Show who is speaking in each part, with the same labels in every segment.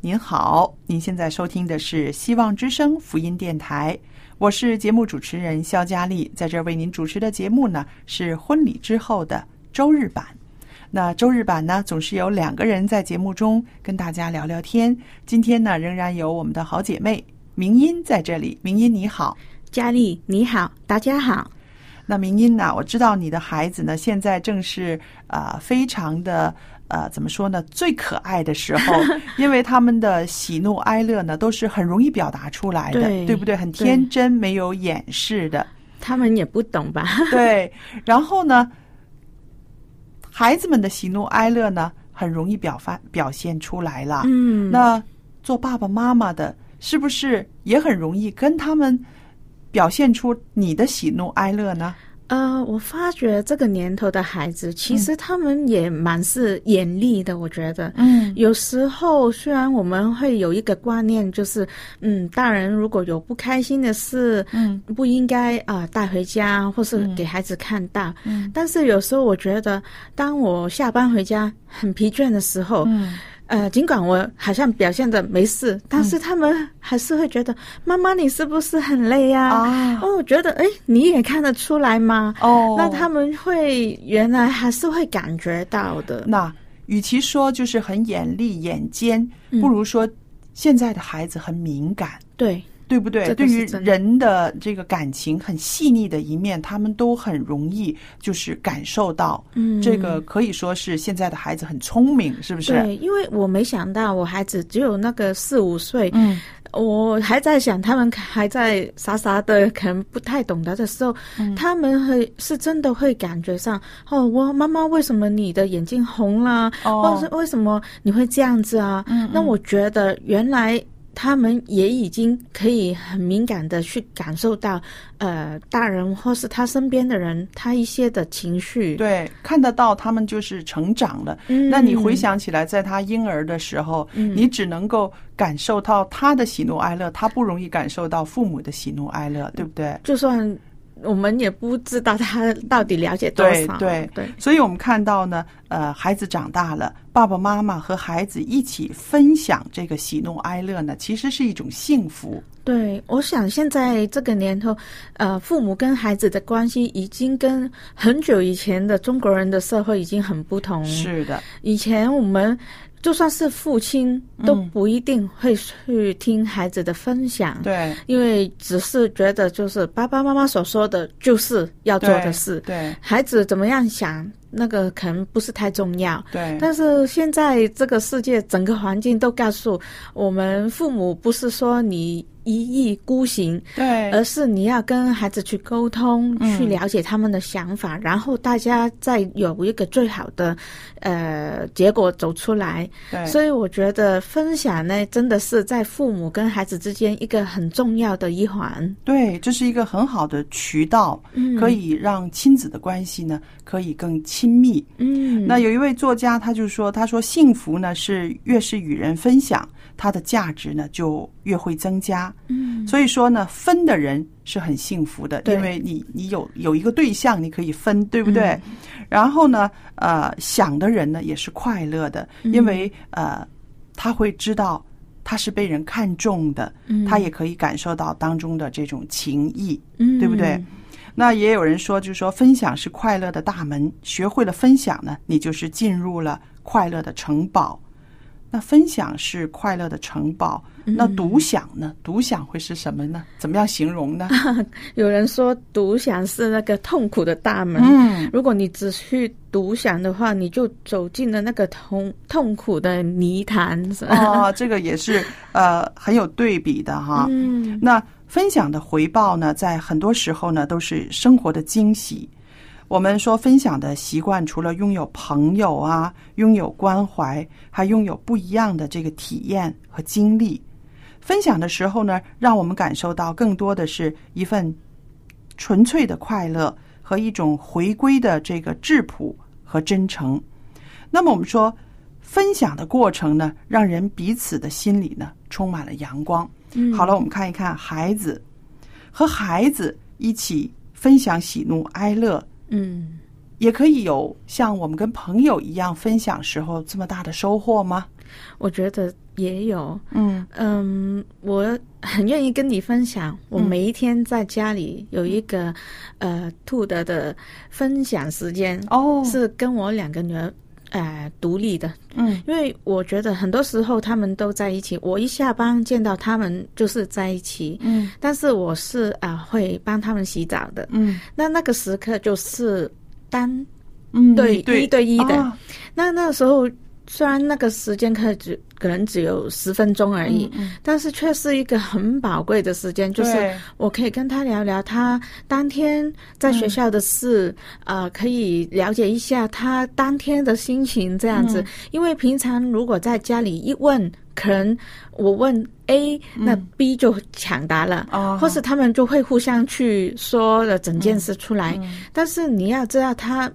Speaker 1: 您好，您现在收听的是希望之声福音电台，我是节目主持人肖佳丽，在这儿为您主持的节目呢是婚礼之后的周日版。那周日版呢，总是有两个人在节目中跟大家聊聊天。今天呢，仍然有我们的好姐妹明音在这里，明音你好。
Speaker 2: 佳丽你好，大家好。
Speaker 1: 那明音呐、我知道你的孩子呢，现在正是呃非常的呃怎么说呢，最可爱的时候，因为他们的喜怒哀乐呢，都是很容易表达出来的，
Speaker 2: 对
Speaker 1: 不对？很天真，没有掩饰的，
Speaker 2: 他们也不懂吧？
Speaker 1: 对。然后呢，孩子们的喜怒哀乐呢，很容易表发表现出来了。
Speaker 2: 嗯
Speaker 1: 那做爸爸妈妈的，是不是也很容易跟他们表现出你的喜怒哀乐呢？
Speaker 2: 呃，我发觉这个年头的孩子，其实他们也蛮是严厉的。我觉得，
Speaker 1: 嗯
Speaker 2: 有时候虽然我们会有一个观念，就是嗯，大人如果有不开心的事，
Speaker 1: 嗯，
Speaker 2: 不应该啊、呃带回家，或是给孩子看到。嗯，但是有时候我觉得，当我下班回家很疲倦的时候，
Speaker 1: 嗯。
Speaker 2: 呃，尽管我好像表现的没事，但是他们还是会觉得、妈妈你是不是很累呀、
Speaker 1: 啊
Speaker 2: 哦，我觉得哎，你也看得出来吗？
Speaker 1: 哦，
Speaker 2: 那他们会原来还是会感觉到的。
Speaker 1: 那与其说就是很眼力眼尖，
Speaker 2: 嗯
Speaker 1: 不如说现在的孩子很敏感，
Speaker 2: 对，
Speaker 1: 对不对？
Speaker 2: 这
Speaker 1: 对
Speaker 2: 个是
Speaker 1: 于
Speaker 2: 真的
Speaker 1: 人的这个感情很细腻的一面，他们都很容易就是感受到。
Speaker 2: 嗯，
Speaker 1: 这个可以说是现在的孩子很聪明，是不啊是？
Speaker 2: 对，因为我没想到我孩子只有那个四五岁，
Speaker 1: 嗯，
Speaker 2: 我还在想他们还在傻傻的，可能不太懂得的时候，
Speaker 1: 嗯
Speaker 2: 他们会是真的会感觉上哦，我妈妈为什么你的眼睛红了、
Speaker 1: 哦嗯
Speaker 2: 或者是为什么你会这样子啊？那我觉得原来。他们也已经可以很敏感的去感受到，呃，大人或是他身边的人他一些的情绪。，
Speaker 1: 对，看得到他们就是成长了。
Speaker 2: 嗯
Speaker 1: 那你回想起来，在他婴儿的时候，
Speaker 2: 嗯
Speaker 1: 你只能够感受到他的喜怒哀乐，他不容易感受到父母的喜怒哀乐，对不对？
Speaker 2: 就算我们也不知道他到底了解多少。
Speaker 1: 对
Speaker 2: 对
Speaker 1: 所以我们看到呢，呃，孩子长大了，爸爸妈妈和孩子一起分享这个喜怒哀乐呢，其实是一种幸福。
Speaker 2: 对，我想现在这个年头，呃，父母跟孩子的关系已经跟很久以前的中国人的社会已经很不同。，
Speaker 1: 是的，
Speaker 2: 以前我们就算是父亲都
Speaker 1: 嗯
Speaker 2: 不一定会去听孩子的分享。。
Speaker 1: 对，
Speaker 2: 因为只是觉得就是爸爸妈妈所说的就是要做
Speaker 1: 对
Speaker 2: 的事，
Speaker 1: 对，
Speaker 2: 孩子怎么样想那个可能不是太重要，
Speaker 1: 对，
Speaker 2: 但是现在这个世界整个环境都告诉我们，父母不是说你一意孤行，
Speaker 1: 对，
Speaker 2: 而是你要跟孩子去沟通，
Speaker 1: 嗯
Speaker 2: 去了解他们的想法，然后大家再有一个最好的呃结果走出来。
Speaker 1: 对，
Speaker 2: 所以我觉得分享呢，真的是在父母跟孩子之间一个很重要的一环。
Speaker 1: 对，这是一个很好的渠道，
Speaker 2: 嗯
Speaker 1: 可，以让亲子的关系呢可以更亲密。
Speaker 2: 嗯，
Speaker 1: 那有一位作家他就说，他说幸福呢是越是与人分享，它的价值呢就越会增加。
Speaker 2: 嗯
Speaker 1: 所以说呢，分的人是很幸福的，
Speaker 2: 对
Speaker 1: 因为你你有有一个对象，你可以分，对不对？
Speaker 2: 嗯
Speaker 1: 然后呢，呃，想的人呢也是快乐的，
Speaker 2: 嗯
Speaker 1: 因为呃，他会知道他是被人看重的，
Speaker 2: 嗯
Speaker 1: 他也可以感受到当中的这种情谊。
Speaker 2: 嗯
Speaker 1: 对不对？那也有人说，就是说分享是快乐的大门，学会了分享呢，你就是进入了快乐的城堡。那分享是快乐的城堡，那独享呢？独享会是什么呢？怎么样形容呢？
Speaker 2: 有人说独享是那个痛苦的大门，
Speaker 1: 嗯，
Speaker 2: 如果你只去独享的话，你就走进了那个痛痛苦的泥潭，是吧？
Speaker 1: 哦，这个也是呃很有对比的哈。
Speaker 2: 嗯
Speaker 1: 那分享的回报呢，在很多时候呢，都是生活的惊喜。我们说分享的习惯，除了拥有朋友啊，拥有关怀，还拥有不一样的这个体验和经历。分享的时候呢，让我们感受到更多的是一份纯粹的快乐和一种回归的这个质朴和真诚。那么我们说，分享的过程呢，让人彼此的心里呢充满了阳光。
Speaker 2: 嗯
Speaker 1: 好了，我们看一看孩子和孩子一起分享喜怒哀乐，
Speaker 2: 嗯
Speaker 1: 也可以有像我们跟朋友一样分享时候这么大的收获吗？
Speaker 2: 我觉得也有，
Speaker 1: 嗯
Speaker 2: 嗯，我很愿意跟你分享，我
Speaker 1: 嗯
Speaker 2: 每一天在家里有一个、呃兔的的分享时间，
Speaker 1: 哦
Speaker 2: 是跟我两个女儿呃独立的，
Speaker 1: 嗯
Speaker 2: 因为我觉得很多时候他们都在一起，我一下班见到他们就是在一起，
Speaker 1: 嗯
Speaker 2: 但是我是啊、呃会帮他们洗澡的，
Speaker 1: 嗯
Speaker 2: 那那个时刻就是单
Speaker 1: 嗯
Speaker 2: 对
Speaker 1: 对
Speaker 2: 一对一的，
Speaker 1: 啊
Speaker 2: 那那时候虽然那个时间可只可能只有十分钟而已，
Speaker 1: 嗯
Speaker 2: 但是却是一个很宝贵的时间，就是
Speaker 1: 对
Speaker 2: 我可以跟他聊聊他当天在学校的事，呃，可以了解一下他当天的心情这样子。因为平常如果在家里一问，可能我问 A，那 B 就抢答了。
Speaker 1: 嗯啊，
Speaker 2: 或是他们就会互相去说了整件事出来。但是你要知道他。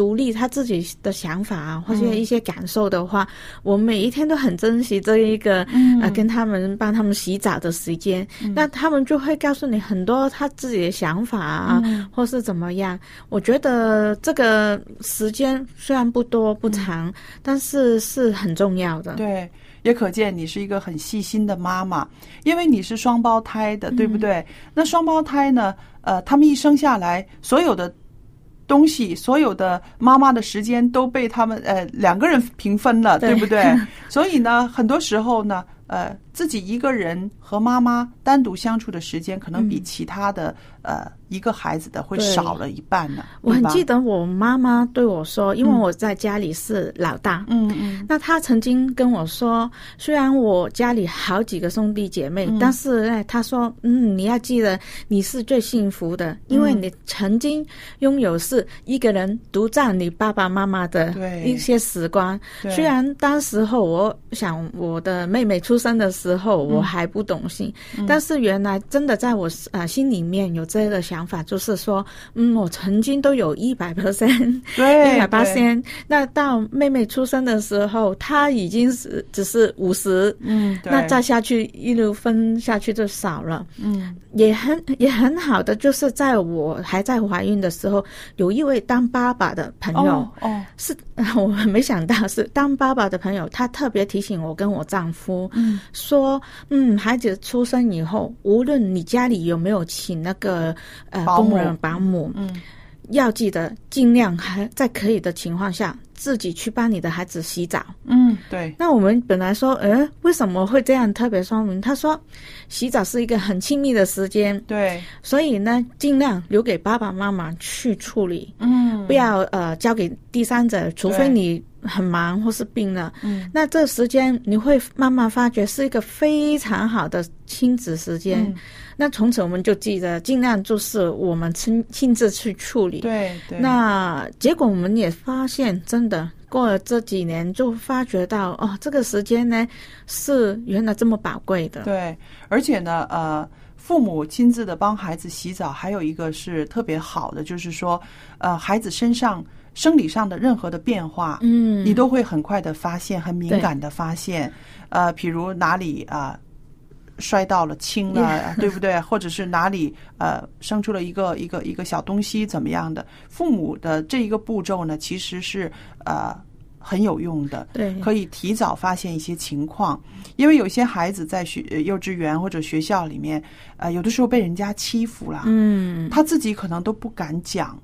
Speaker 2: 独立他自己的想法啊，或者一些感受的话，我每一天都很珍惜这一个、呃，跟他们帮他们洗澡的时间。那他们就会告诉你很多他自己的想法啊，或是怎么样。我觉得这个时间虽然不多不长，但是是很重要的。
Speaker 1: 对，也可见你是一个很细心的妈妈，因为你是双胞胎的，对不
Speaker 2: 嗯
Speaker 1: 对？那双胞胎呢？呃，他们一生下来，所有的东西，所有的妈妈的时间都被他们呃两个人平分了，对
Speaker 2: 对
Speaker 1: 不 对？所以呢，很多时候呢，呃，自己一个人和妈妈单独相处的时间，可能比其他的、呃一个孩子的会
Speaker 2: 对
Speaker 1: 少了一半呢。
Speaker 2: 我
Speaker 1: 对
Speaker 2: 很
Speaker 1: 吧
Speaker 2: 记，得我妈妈对我说，因为我在家里是老大，
Speaker 1: 嗯嗯
Speaker 2: 那她曾经跟我说，虽然我家里好几个兄弟姐妹，
Speaker 1: 嗯
Speaker 2: 但是呢，她说，嗯，你要记得你是最幸福的，因
Speaker 1: 嗯
Speaker 2: 为你曾经拥有是一个人独占你爸爸妈妈的
Speaker 1: 对
Speaker 2: 一些时光。
Speaker 1: 对
Speaker 2: 虽然当时候我想我的妹妹出生的时候
Speaker 1: 嗯
Speaker 2: 我还不懂事，但是原来真的在我啊、呃心里面有这个想法，就是说，嗯，我曾经都有一百 percent，
Speaker 1: 对，
Speaker 2: 一百八
Speaker 1: 对，
Speaker 2: 千。那到妹妹出生的时候，她已经是只是五十，
Speaker 1: 嗯，
Speaker 2: 那
Speaker 1: 对
Speaker 2: 再下去一路分下去就少了。
Speaker 1: 嗯
Speaker 2: 也很也很好的，就是在我还在怀孕的时候，有一位当爸爸的朋友。
Speaker 1: 哦哦，
Speaker 2: 是 我没想到是当爸爸的朋友，他特别提醒我跟我丈夫，
Speaker 1: 嗯，
Speaker 2: 说，嗯，孩子出生以后，无论你家里有没有请那个呃
Speaker 1: 保姆
Speaker 2: 工人保姆，
Speaker 1: 嗯
Speaker 2: 要记得尽量还在可以的情况下，自己去帮你的孩子洗澡。
Speaker 1: 嗯，对。
Speaker 2: 那我们本来说，呃，为什么会这样特别说明？他说，洗澡是一个很亲密的时间，
Speaker 1: 对，
Speaker 2: 所以呢，尽量留给爸爸妈妈去处理。
Speaker 1: 嗯，
Speaker 2: 不要呃交给第三者，除非你很忙或是病了，嗯，那这时间你会慢慢发觉是一个非常好的亲子时间。
Speaker 1: 嗯
Speaker 2: 那从此我们就记得，尽量就是我们亲亲自去处理。
Speaker 1: 对对，
Speaker 2: 那结果我们也发现，真的过了这几年，就发觉到哦，这个时间呢是原来这么宝贵的。
Speaker 1: 对，而且呢，呃，父母亲自的帮孩子洗澡，还有一个是特别好的，就是说，呃，孩子身上生理上的任何的变化，
Speaker 2: 嗯，
Speaker 1: 你都会很快的发现，很敏
Speaker 2: 对
Speaker 1: 感的发现，呃，比如哪里啊。呃摔到了，青了，对不对？或者是哪里呃生出了一个一个一个小东西，怎么样的？父母的这一个步骤呢，其实是呃很有用的。
Speaker 2: 对，
Speaker 1: 可以提早发现一些情况，因为有些孩子在学呃幼稚园或者学校里面，呃，有的时候被人家欺负了，
Speaker 2: 嗯，
Speaker 1: 他自己可能都不敢讲，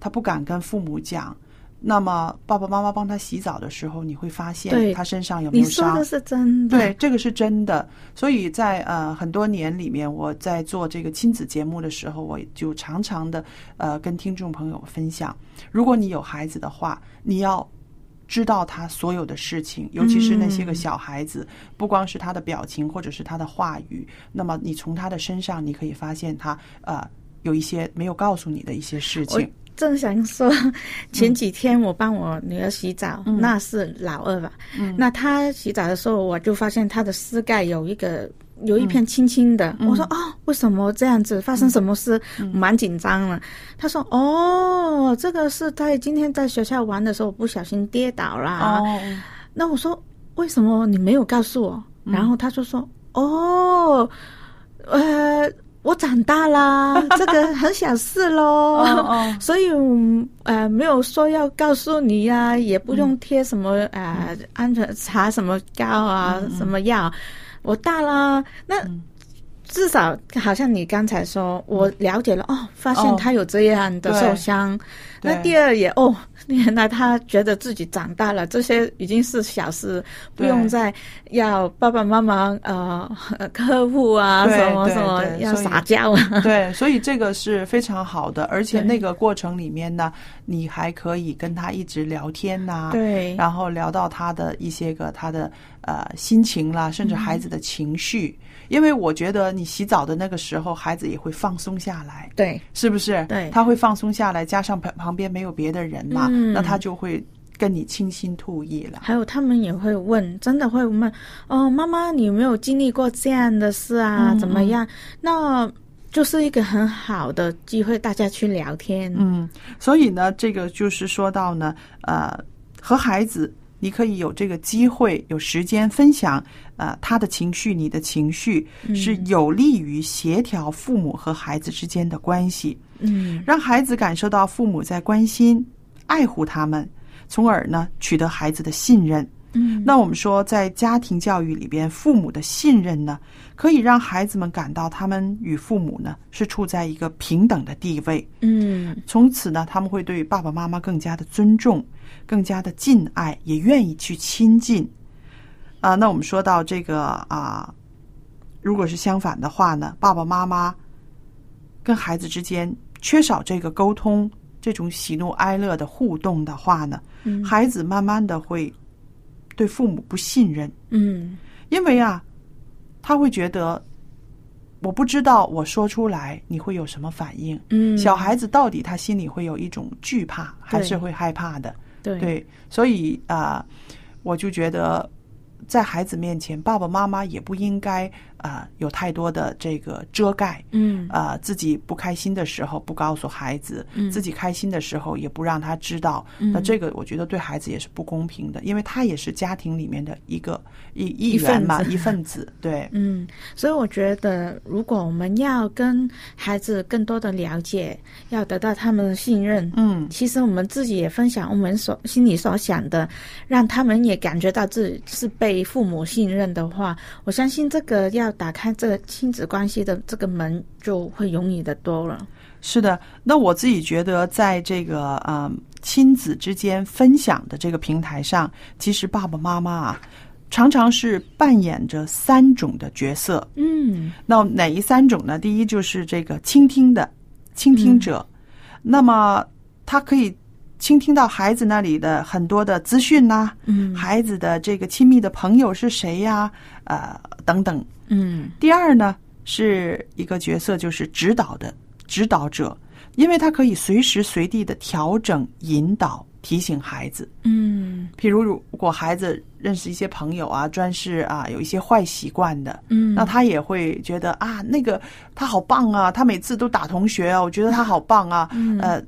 Speaker 1: 他不敢跟父母讲。那么爸爸妈妈帮他洗澡的时候，你会发现
Speaker 2: 对
Speaker 1: 他身上有没
Speaker 2: 你
Speaker 1: 有
Speaker 2: 说
Speaker 1: 伤
Speaker 2: 的？是真的。
Speaker 1: 对，，这个是真的。所以在呃很多年里面，我在做这个亲子节目的时候，我就常常的呃跟听众朋友分享，如果你有孩子的话，你要。知道他所有的事情，尤其是那些个小孩子，不光是他的表情或者是他的话语，那么你从他的身上，你可以发现他呃有一些没有告诉你的一些事
Speaker 2: 我
Speaker 1: 情。
Speaker 2: 正想说，前几天我帮我女儿洗澡，
Speaker 1: 嗯
Speaker 2: 那是老二吧？那她洗澡的时候，我就发现她的膝盖有一个有一
Speaker 1: 嗯
Speaker 2: 片青青的。我说哦，为什么这样子？发生什么事？
Speaker 1: 嗯
Speaker 2: 蛮紧张了。她说哦，这个是她今天在学校玩的时候不小心跌倒了。
Speaker 1: 哦，
Speaker 2: 那我说为什么你没有告诉我？
Speaker 1: 嗯
Speaker 2: 然后她就说哦，呃。我长大啦，这个很小事喽。
Speaker 1: 哦哦
Speaker 2: 所以，嗯呃，没有说要告诉你呀、也不用贴什么、呃安全查什么膏啊，什么药。我大了，那至少好像你刚才说，我了解了哦，发现
Speaker 1: 哦
Speaker 2: 他有这样的
Speaker 1: 对
Speaker 2: 受伤。那
Speaker 1: 对
Speaker 2: 第二也哦，原来他觉得自己长大了，这些已经是小事，不
Speaker 1: 对
Speaker 2: 用再要爸爸妈妈呃呵护啊
Speaker 1: 对
Speaker 2: 什么
Speaker 1: 对
Speaker 2: 什么
Speaker 1: 对
Speaker 2: 要
Speaker 1: 所以
Speaker 2: 撒娇啊。
Speaker 1: 对，所以这个是非常好的，而且
Speaker 2: 对
Speaker 1: 那个过程里面呢，你还可以跟他一直聊天呐、
Speaker 2: 对
Speaker 1: 然后聊到他的一些个他的呃心情啦，甚至孩子的情绪、因为我觉得你洗澡的那个时候，孩子也会放松下来。
Speaker 2: 对
Speaker 1: 是不是？
Speaker 2: 对
Speaker 1: 他会放松下来，加上旁旁边没有别的人嘛，
Speaker 2: 嗯
Speaker 1: 那他就会跟你倾心吐意了。
Speaker 2: 还有他们也会问，真的会问哦，妈妈，你有没有经历过这样的事
Speaker 1: 嗯
Speaker 2: 啊？怎么样？那就是一个很好的机会，大家去聊天。嗯，
Speaker 1: 嗯，所以呢，这个就是说到呢，呃，和孩子，你可以有这个机会，有时间分享，呃，他的情绪，你的情绪，是有利于协调父母和孩子之间的关系，
Speaker 2: 嗯
Speaker 1: 让孩子感受到父母在关心、爱护他们，从而呢，取得孩子的信任。
Speaker 2: 嗯，
Speaker 1: 那我们说，在家庭教育里边，父母的信任呢，可以让孩子们感到他们与父母呢是处在一个平等的地位。
Speaker 2: 嗯，
Speaker 1: 从此呢，他们会对爸爸妈妈更加的尊重，更加的敬爱，也愿意去亲近。啊，那我们说到这个啊，如果是相反的话呢，爸爸妈妈跟孩子之间缺少这个沟通，这种喜怒哀乐的互动的话呢，
Speaker 2: 嗯
Speaker 1: 孩子慢慢的会对父母不信任，
Speaker 2: 嗯，
Speaker 1: 因为啊，他会觉得我不知道我说出来你会有什么反应，
Speaker 2: 嗯，
Speaker 1: 小孩子到底他心里会有一种惧怕，还是
Speaker 2: 对
Speaker 1: 会害怕的？
Speaker 2: 对
Speaker 1: 对，所以啊、我就觉得在孩子面前，爸爸妈妈也不应该啊、有太多的这个遮盖。
Speaker 2: 嗯
Speaker 1: 啊、自己不开心的时候不告诉孩子，
Speaker 2: 嗯
Speaker 1: 自己开心的时候也不让他知道，那
Speaker 2: 嗯
Speaker 1: 这个我觉得对孩子也是不公平的，因为他也是家庭里面的一个一一员嘛，
Speaker 2: 份子
Speaker 1: 一份子，对，
Speaker 2: 嗯，所以我觉得，如果我们要跟孩子更多的了解，要得到他们的信任，
Speaker 1: 嗯，
Speaker 2: 其实我们自己也分享我们所心里所想的，让他们也感觉到自己是被父母信任的话，我相信这个要打开这个亲子关系的这个门就会容易的多了。
Speaker 1: 是的，那我自己觉得，在这个呃亲子之间分享的这个平台上，其实爸爸妈妈啊，常常是扮演着三种的角色。
Speaker 2: 嗯
Speaker 1: 那哪一三种呢？第一就是这个倾听的倾听者，那么他可以倾听到孩子那里的很多的资讯呐、
Speaker 2: 嗯
Speaker 1: 孩子的这个亲密的朋友是谁呀、呃，等等。
Speaker 2: 嗯
Speaker 1: 第二呢，是一个角色就是指导的指导者，因为他可以随时随地的调整、引导、提醒孩子。
Speaker 2: 嗯
Speaker 1: 譬如，如果孩子认识一些朋友啊、专事啊，有一些坏习惯的，
Speaker 2: 嗯
Speaker 1: 那他也会觉得啊，那个他好棒啊，他每次都打同学啊，我觉得他好棒啊，
Speaker 2: 嗯
Speaker 1: 呃，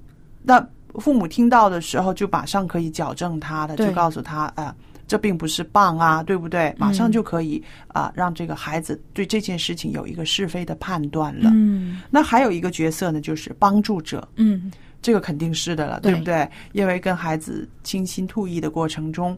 Speaker 1: 那父母听到的时候就马上可以矫正他的，
Speaker 2: 对嗯
Speaker 1: 就告诉他啊、呃这并不是棒啊，对不对？马上就可以啊、让这个孩子对这件事情有一个是非的判断了。
Speaker 2: 嗯
Speaker 1: 那还有一个角色呢，就是帮助者，
Speaker 2: 嗯
Speaker 1: 这个肯定是的了，
Speaker 2: 对
Speaker 1: 对不对？因为跟孩子倾心吐意的过程中，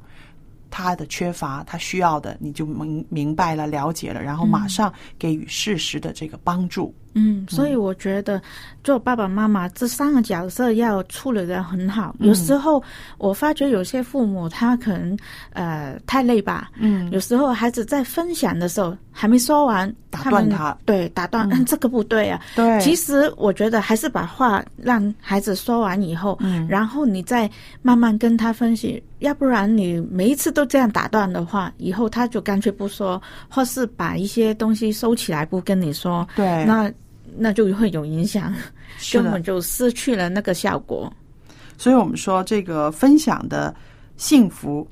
Speaker 1: 他的缺乏，他需要的，你就明明白了、了解了，然后马上给予适时的这个帮助。
Speaker 2: 嗯，所以我觉得做爸爸妈妈这三个角色要处理的很好。有时候我发觉有些父母他可能呃太累吧，
Speaker 1: 嗯，
Speaker 2: 有时候孩子在分享的时候还没说完，
Speaker 1: 打
Speaker 2: 他
Speaker 1: 断
Speaker 2: 们
Speaker 1: 他
Speaker 2: 对，打断，嗯，这个不对啊。
Speaker 1: 对，
Speaker 2: 其实我觉得还是把话让孩子说完以后，
Speaker 1: 嗯
Speaker 2: 然后你再慢慢跟他分析，要不然你每一次都这样打断的话，以后他就干脆不说，或是把一些东西收起来不跟你说，
Speaker 1: 对，
Speaker 2: 那那就会有影响，
Speaker 1: 是
Speaker 2: 根
Speaker 1: 的
Speaker 2: 本就失去了那个效果。
Speaker 1: 所以我们说，这个分享的幸福，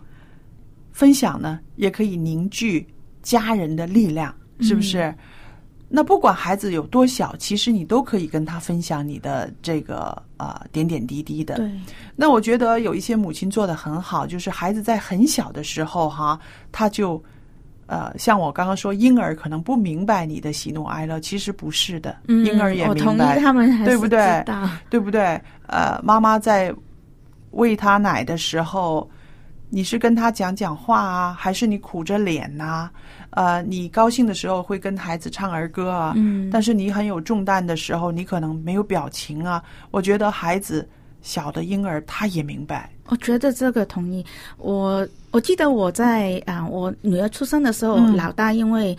Speaker 1: 分享呢也可以凝聚家人的力量，嗯是不是？那不管孩子有多小，其实你都可以跟他分享你的这个呃点点滴滴的。
Speaker 2: 对，
Speaker 1: 那我觉得有一些母亲做的很好，就是孩子在很小的时候哈，他就呃，像我刚刚说，婴儿可能不明白你的喜怒哀乐，其实不是的，
Speaker 2: 嗯，
Speaker 1: 婴儿也
Speaker 2: 我同
Speaker 1: 明
Speaker 2: 意
Speaker 1: 白，
Speaker 2: 他们还
Speaker 1: 对
Speaker 2: 是
Speaker 1: 不对啊
Speaker 2: 知道，
Speaker 1: 对不对？呃，妈妈在喂他奶的时候，你是跟他讲讲话啊，还是你苦着脸呐、呃，你高兴的时候会跟孩子唱儿歌啊，
Speaker 2: 嗯
Speaker 1: 但是你很有重担的时候，你可能没有表情啊。我觉得孩子小的婴儿他也明白，
Speaker 2: 我觉得这个同意。我我记得我在啊、我女儿出生的时候，
Speaker 1: 嗯
Speaker 2: 老大因为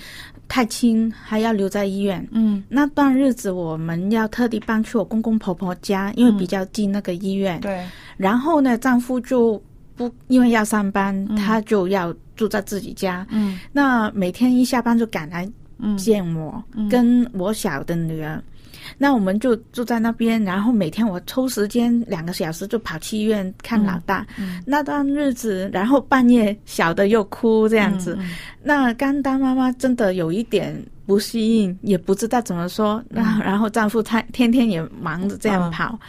Speaker 2: 太轻，还要留在医院。
Speaker 1: 嗯，
Speaker 2: 那段日子我们要特地搬去我公公婆婆家，因为比较近那个医院。
Speaker 1: 嗯对，
Speaker 2: 然后呢，丈夫就不因为要上班，他就要住在自己家。
Speaker 1: 嗯
Speaker 2: 那每天一下班就赶来
Speaker 1: 嗯
Speaker 2: 见我，跟我小的女儿。那我们就住在那边，然后每天我抽时间两个小时就跑去医院看老大。那段日子，然后半夜小的又哭这样
Speaker 1: 嗯
Speaker 2: 子，那刚当妈妈真的有一点不适应，也不知道怎么说。
Speaker 1: 嗯
Speaker 2: 那、然后丈夫他天天也忙着这样跑。
Speaker 1: 哦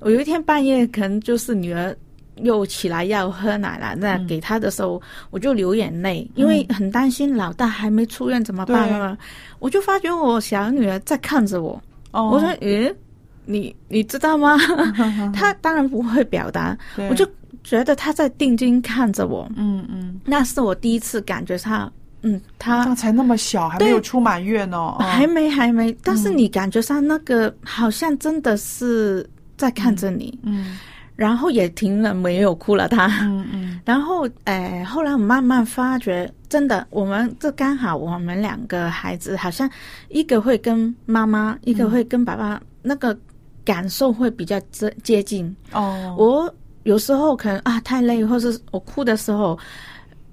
Speaker 2: 我有一天半夜可能就是女儿又起来要喝奶了，那
Speaker 1: 嗯
Speaker 2: 给她的时候、我就流眼泪，因为很担心老大还没出院怎么办啊？我就发觉我小女儿在看着我，
Speaker 1: 哦，嗯
Speaker 2: 我说：“诶，你你知道吗？” 她当然不会表达，
Speaker 1: 对
Speaker 2: 我就觉得她在定睛看着我，
Speaker 1: 嗯嗯，
Speaker 2: 那是我第一次感觉她，嗯，她
Speaker 1: 那才那么小，还没有出满月呢，哦
Speaker 2: 还没，还没，但是你感觉上那个好像真的是在看着你，
Speaker 1: 嗯
Speaker 2: 然后也停了，没有哭了他。
Speaker 1: 嗯嗯
Speaker 2: 然后，哎，后来我慢慢发觉，真的，我们这刚好我们两个孩子好像一个会跟妈妈，一个会跟爸爸，那个感受会比较接接近。
Speaker 1: 哦，
Speaker 2: 我有时候可能啊太累，或是我哭的时候，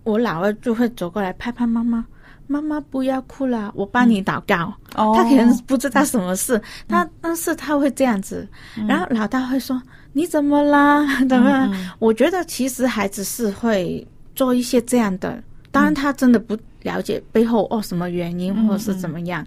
Speaker 2: 我老二就会走过来拍拍妈妈。妈妈不要哭啦，我帮你祷告。
Speaker 1: 哦嗯
Speaker 2: 他可能不知道什么事，他但是他会这样子，然后老大会说你怎么啦？
Speaker 1: 嗯
Speaker 2: 怎么啦？我觉得其实孩子是会做一些这样
Speaker 1: 嗯
Speaker 2: 的，当然他真的不了解背后哦什么原因
Speaker 1: 嗯
Speaker 2: 或者是怎么样，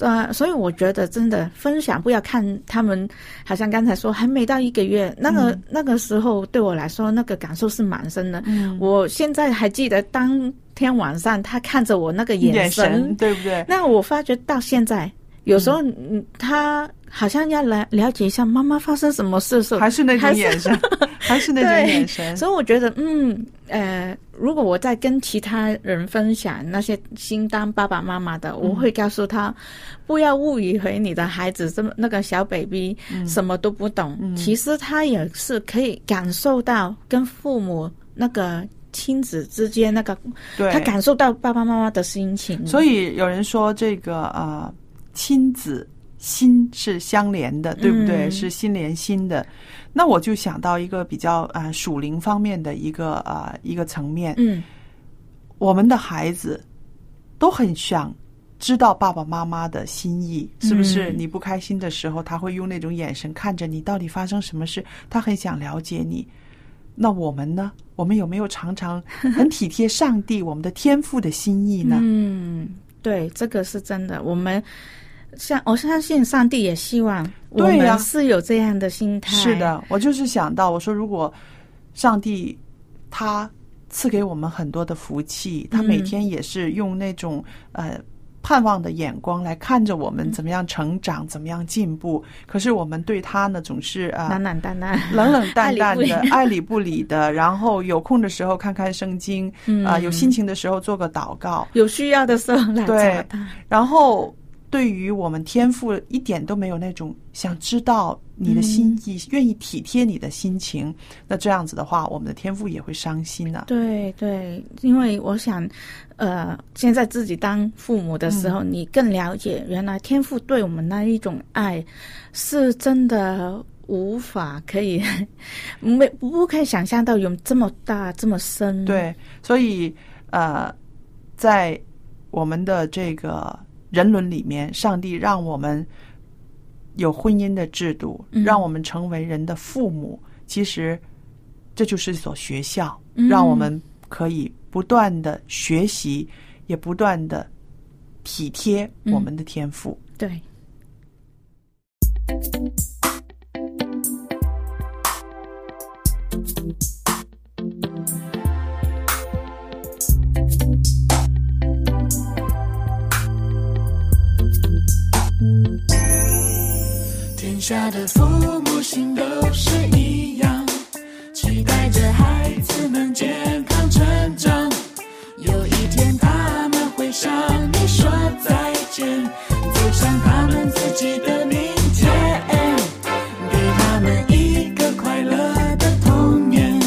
Speaker 2: 呃，所以我觉得真的分享不要看他们，好像刚才说还没到一个月，那
Speaker 1: 嗯
Speaker 2: 个、那个时候对我来说那个感受是蛮深的，
Speaker 1: 嗯
Speaker 2: 我现在还记得当天晚上他看着我那个
Speaker 1: 眼
Speaker 2: 神
Speaker 1: 神对不 对？
Speaker 2: 那我发觉到现在，有时候嗯他好像要来了解一下妈妈发生什么事的时候，
Speaker 1: 还是那种
Speaker 2: 还是
Speaker 1: 眼 神，还是那种
Speaker 2: 对
Speaker 1: 眼神，
Speaker 2: 所以我觉得，嗯，呃，如果我在跟其他人分享那些新当爸爸妈妈的，我会告诉他，不要误以为你的孩子这么那个小 baby、什么都不懂，其实他也是可以感受到跟父母那个亲子之间那个，
Speaker 1: 对，
Speaker 2: 他感受到爸爸妈妈的心情，
Speaker 1: 所
Speaker 2: 以
Speaker 1: 以有人说这个呃，亲子心是相连的，对不对？
Speaker 2: 嗯
Speaker 1: 是心连心的。那我就想到一个比较啊、呃属灵方面的一个啊、呃一个层面，
Speaker 2: 嗯
Speaker 1: 我们的孩子都很想知道爸爸妈妈的心意，是不是？
Speaker 2: 嗯
Speaker 1: 你不开心的时候，他会用那种眼神看着你，到底发生什么事？他很想了解你。那我们呢？我们有没有常常很体贴上帝我们的天赋的心意呢？
Speaker 2: 嗯，对，这个是真的。我们像我相信上帝也希望我
Speaker 1: 对呀
Speaker 2: 们是有这样的心态。
Speaker 1: 是，的，我就是想到，我说如果上帝他赐给我们很多的福气，他每
Speaker 2: 嗯
Speaker 1: 天也是用那种呃盼望的眼光来看着我
Speaker 2: 嗯
Speaker 1: 们怎么样成长，怎么样进步。可是我们对他呢，总是啊。
Speaker 2: 冷冷淡淡。
Speaker 1: 冷冷淡淡的
Speaker 2: 爱 理，不理
Speaker 1: 爱理不理的，然后有空的时候看看圣经，啊、
Speaker 2: 嗯
Speaker 1: 有心情的时候做个祷告，
Speaker 2: 有需要的时候来
Speaker 1: 对
Speaker 2: 找他。
Speaker 1: 然后对于我们天赋一点都没有那种想知道你的心意，愿意体贴你的心情，那这样子的话，我们的天赋也会伤心啊呢、
Speaker 2: 对对，因为我想，呃，现在自己当父母的时候，
Speaker 1: 嗯
Speaker 2: 你更了解原来天赋对我们那一种爱，是真的无法可以 没不可以想象到有这么大这么深。，
Speaker 1: 对，所以呃，在我们的这个人伦里面，上帝让我们有婚姻的制度，
Speaker 2: 嗯
Speaker 1: 让我们成为人的父母。其实这就是一所学校，
Speaker 2: 嗯
Speaker 1: 让我们可以不断的学习，也不断的体贴
Speaker 2: 嗯
Speaker 1: 我们的天赋。
Speaker 2: 对，
Speaker 3: 天下的父母心都是一样，期待着孩子们健康成长。有一天他们会向你说再见，走向他们自己的明天，给他们一个快乐的童年，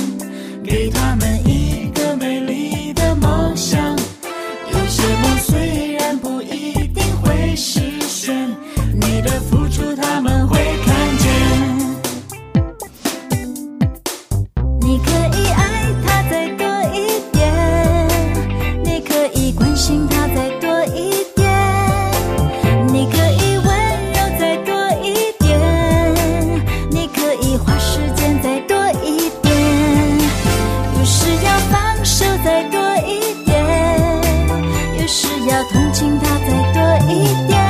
Speaker 3: 给他们一个美丽的梦想。有些梦虽然不一定会实现，你的付出他们会看见。
Speaker 4: 你可以爱他再多一点，你可以关心他再多一点，你可以温柔再多一点，你可以花时间再多一点，有时要放手再多一点，有时要同情他再多一点，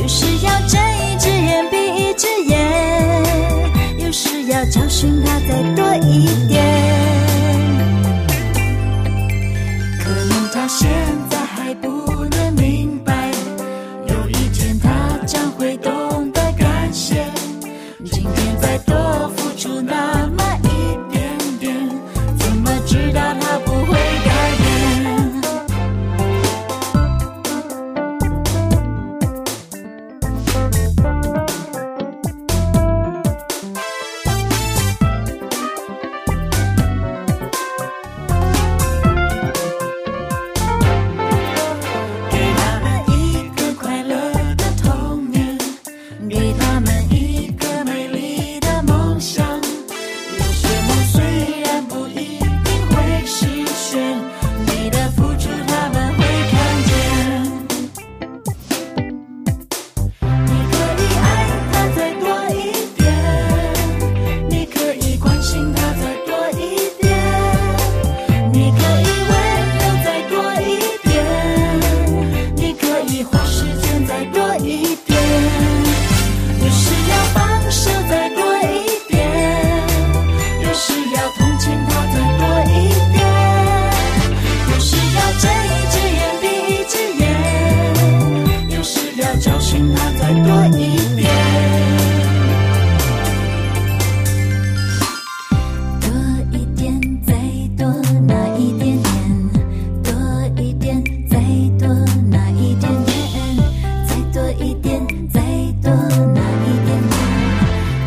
Speaker 4: 有时要睁一只眼闭一只眼，有时要找寻他再多一点。
Speaker 3: 可能他现在还不能明白，有一天他将会懂得感谢。今天再多付出那么一点点，怎么知道他不会改变？给他们一个快乐的童年，给他们一个美丽的梦想。有些梦虽然不一定会实现，你的付出他们会看见。你可以爱他再多一点，你可以关心他再多一点，你可以温柔再多一点，你可以花时间再多一点，有时要放手再多一点，有时要同情他再多一点，有时要睁一只眼闭一只眼，有时要找寻他再多一点。
Speaker 4: 多一点，再多那一点点；多一点，再多那一点点；再多一点，再多那一点点；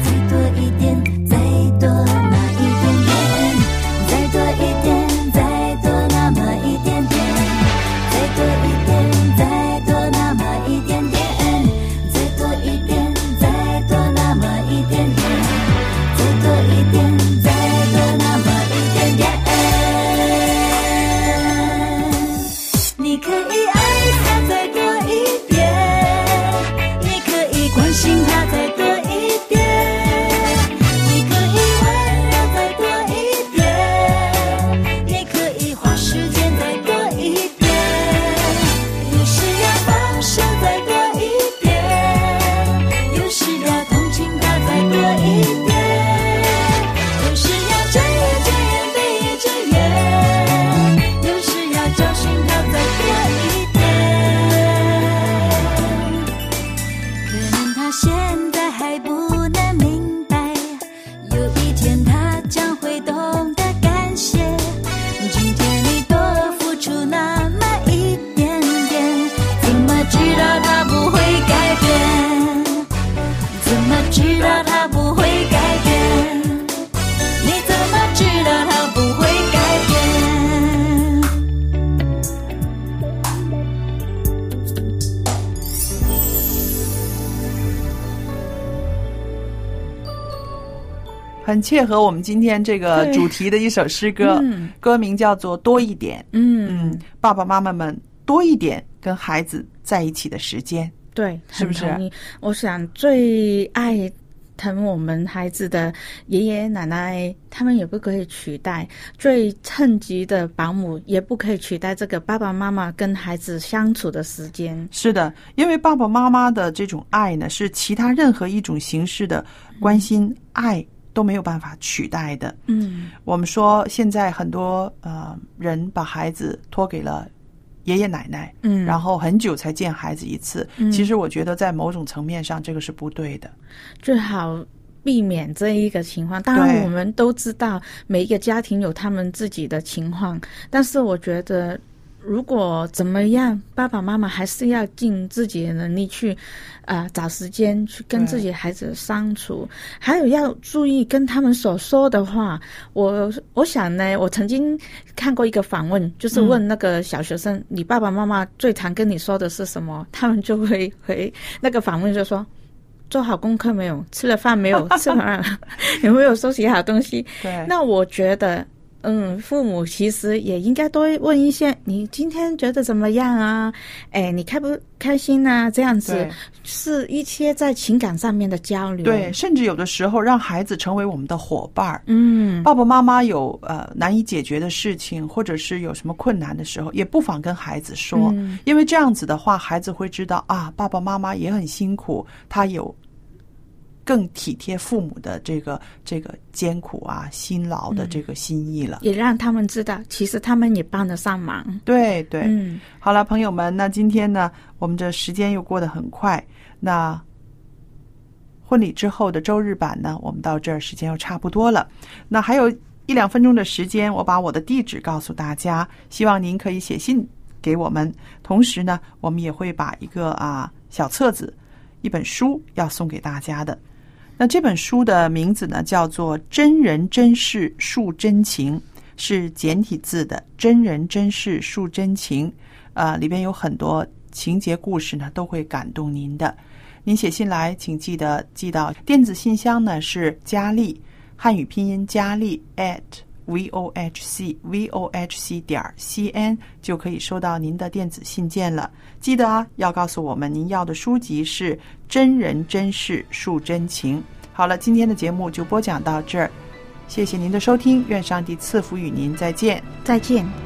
Speaker 4: 再多一点，再多那一点点；再多一点，再多那么一点点；再多一点，再多那么一点点；再多一
Speaker 1: 很切合我们今天这个
Speaker 2: 对
Speaker 1: 主题的一首诗歌，
Speaker 2: 嗯
Speaker 1: 歌名叫做《多一点》。
Speaker 2: 嗯，
Speaker 1: 嗯，爸爸妈妈们多一点跟孩子在一起的时间。
Speaker 2: 对，
Speaker 1: 是不是
Speaker 2: 很同意？我想最爱疼我们孩子的爷爷奶奶，他们也不可以取代；最称职的保姆也不可以取代这个爸爸妈妈跟孩子相处的时间。
Speaker 1: 是的，因为爸爸妈妈的这种爱呢，是其他任何一种形式的关心、爱都没有办法取代的。
Speaker 2: 嗯
Speaker 1: 我们说现在很多呃人把孩子托给了爷爷奶奶，
Speaker 2: 嗯
Speaker 1: 然后很久才见孩子一次。
Speaker 2: 嗯
Speaker 1: 其实我觉得在某种层面上，这个是不对的。
Speaker 2: 最好避免这一个情况。当然，
Speaker 1: 对
Speaker 2: 我们都知道每一个家庭有他们自己的情况，但是我觉得，如果怎么样，爸爸妈妈还是要尽自己的能力去，呃，找时间去跟
Speaker 1: 对
Speaker 2: 自己孩子相处，还有要注意跟他们所说的话。我我想呢，我曾经看过一个访问，就是问那个小学生，你爸爸妈妈最常跟你说的是什么？他们就会回那个访问就说。做好功课没有？吃了饭没有？ 吃完了有没有 收拾好东西？
Speaker 1: 对
Speaker 2: 那我觉得，嗯，父母其实也应该多问一些，你今天觉得怎么样啊？哎，你开不开心啊？这样子
Speaker 1: 对
Speaker 2: 是一些在情感上面的交流。
Speaker 1: 对，，甚至有的时候让孩子成为我们的伙伴儿。
Speaker 2: 嗯，
Speaker 1: 爸爸妈妈有呃难以解决的事情，或者是有什么困难的时候，也不妨跟孩子说，
Speaker 2: 嗯
Speaker 1: 因为这样子的话，孩子会知道啊，爸爸妈妈也很辛苦，他有更体贴父母的这个这个艰苦啊、辛劳的这个心意了。
Speaker 2: 也让他们知道，其实他们也帮得上忙。
Speaker 1: 对对，
Speaker 2: 嗯，
Speaker 1: 好了，朋友们，那今天呢，我们这时间又过得很快，那。婚礼之后的周日版呢，我们到这儿时间又差不多了。那还有一两分钟的时间，我把我的地址告诉大家，希望您可以写信给我们。同时呢，我们也会把一个啊小册子、一本书要送给大家的。那这本书的名字呢，叫做《真人真事述真情》，是简体字的“真人真事述真情”。呃，里边有很多情节故事呢，都会感动您的。您写信来，请记得寄到电子信箱呢是佳丽，汉语拼音佳丽 at v o h c v o h c 点 c n 就可以收到您的电子信件了。记得啊，要告诉我们您要的书籍是《真人真事述真情》。好了，今天的节目就播讲到这儿，谢谢您的收听，愿上帝赐福与您，再见。
Speaker 2: 再见。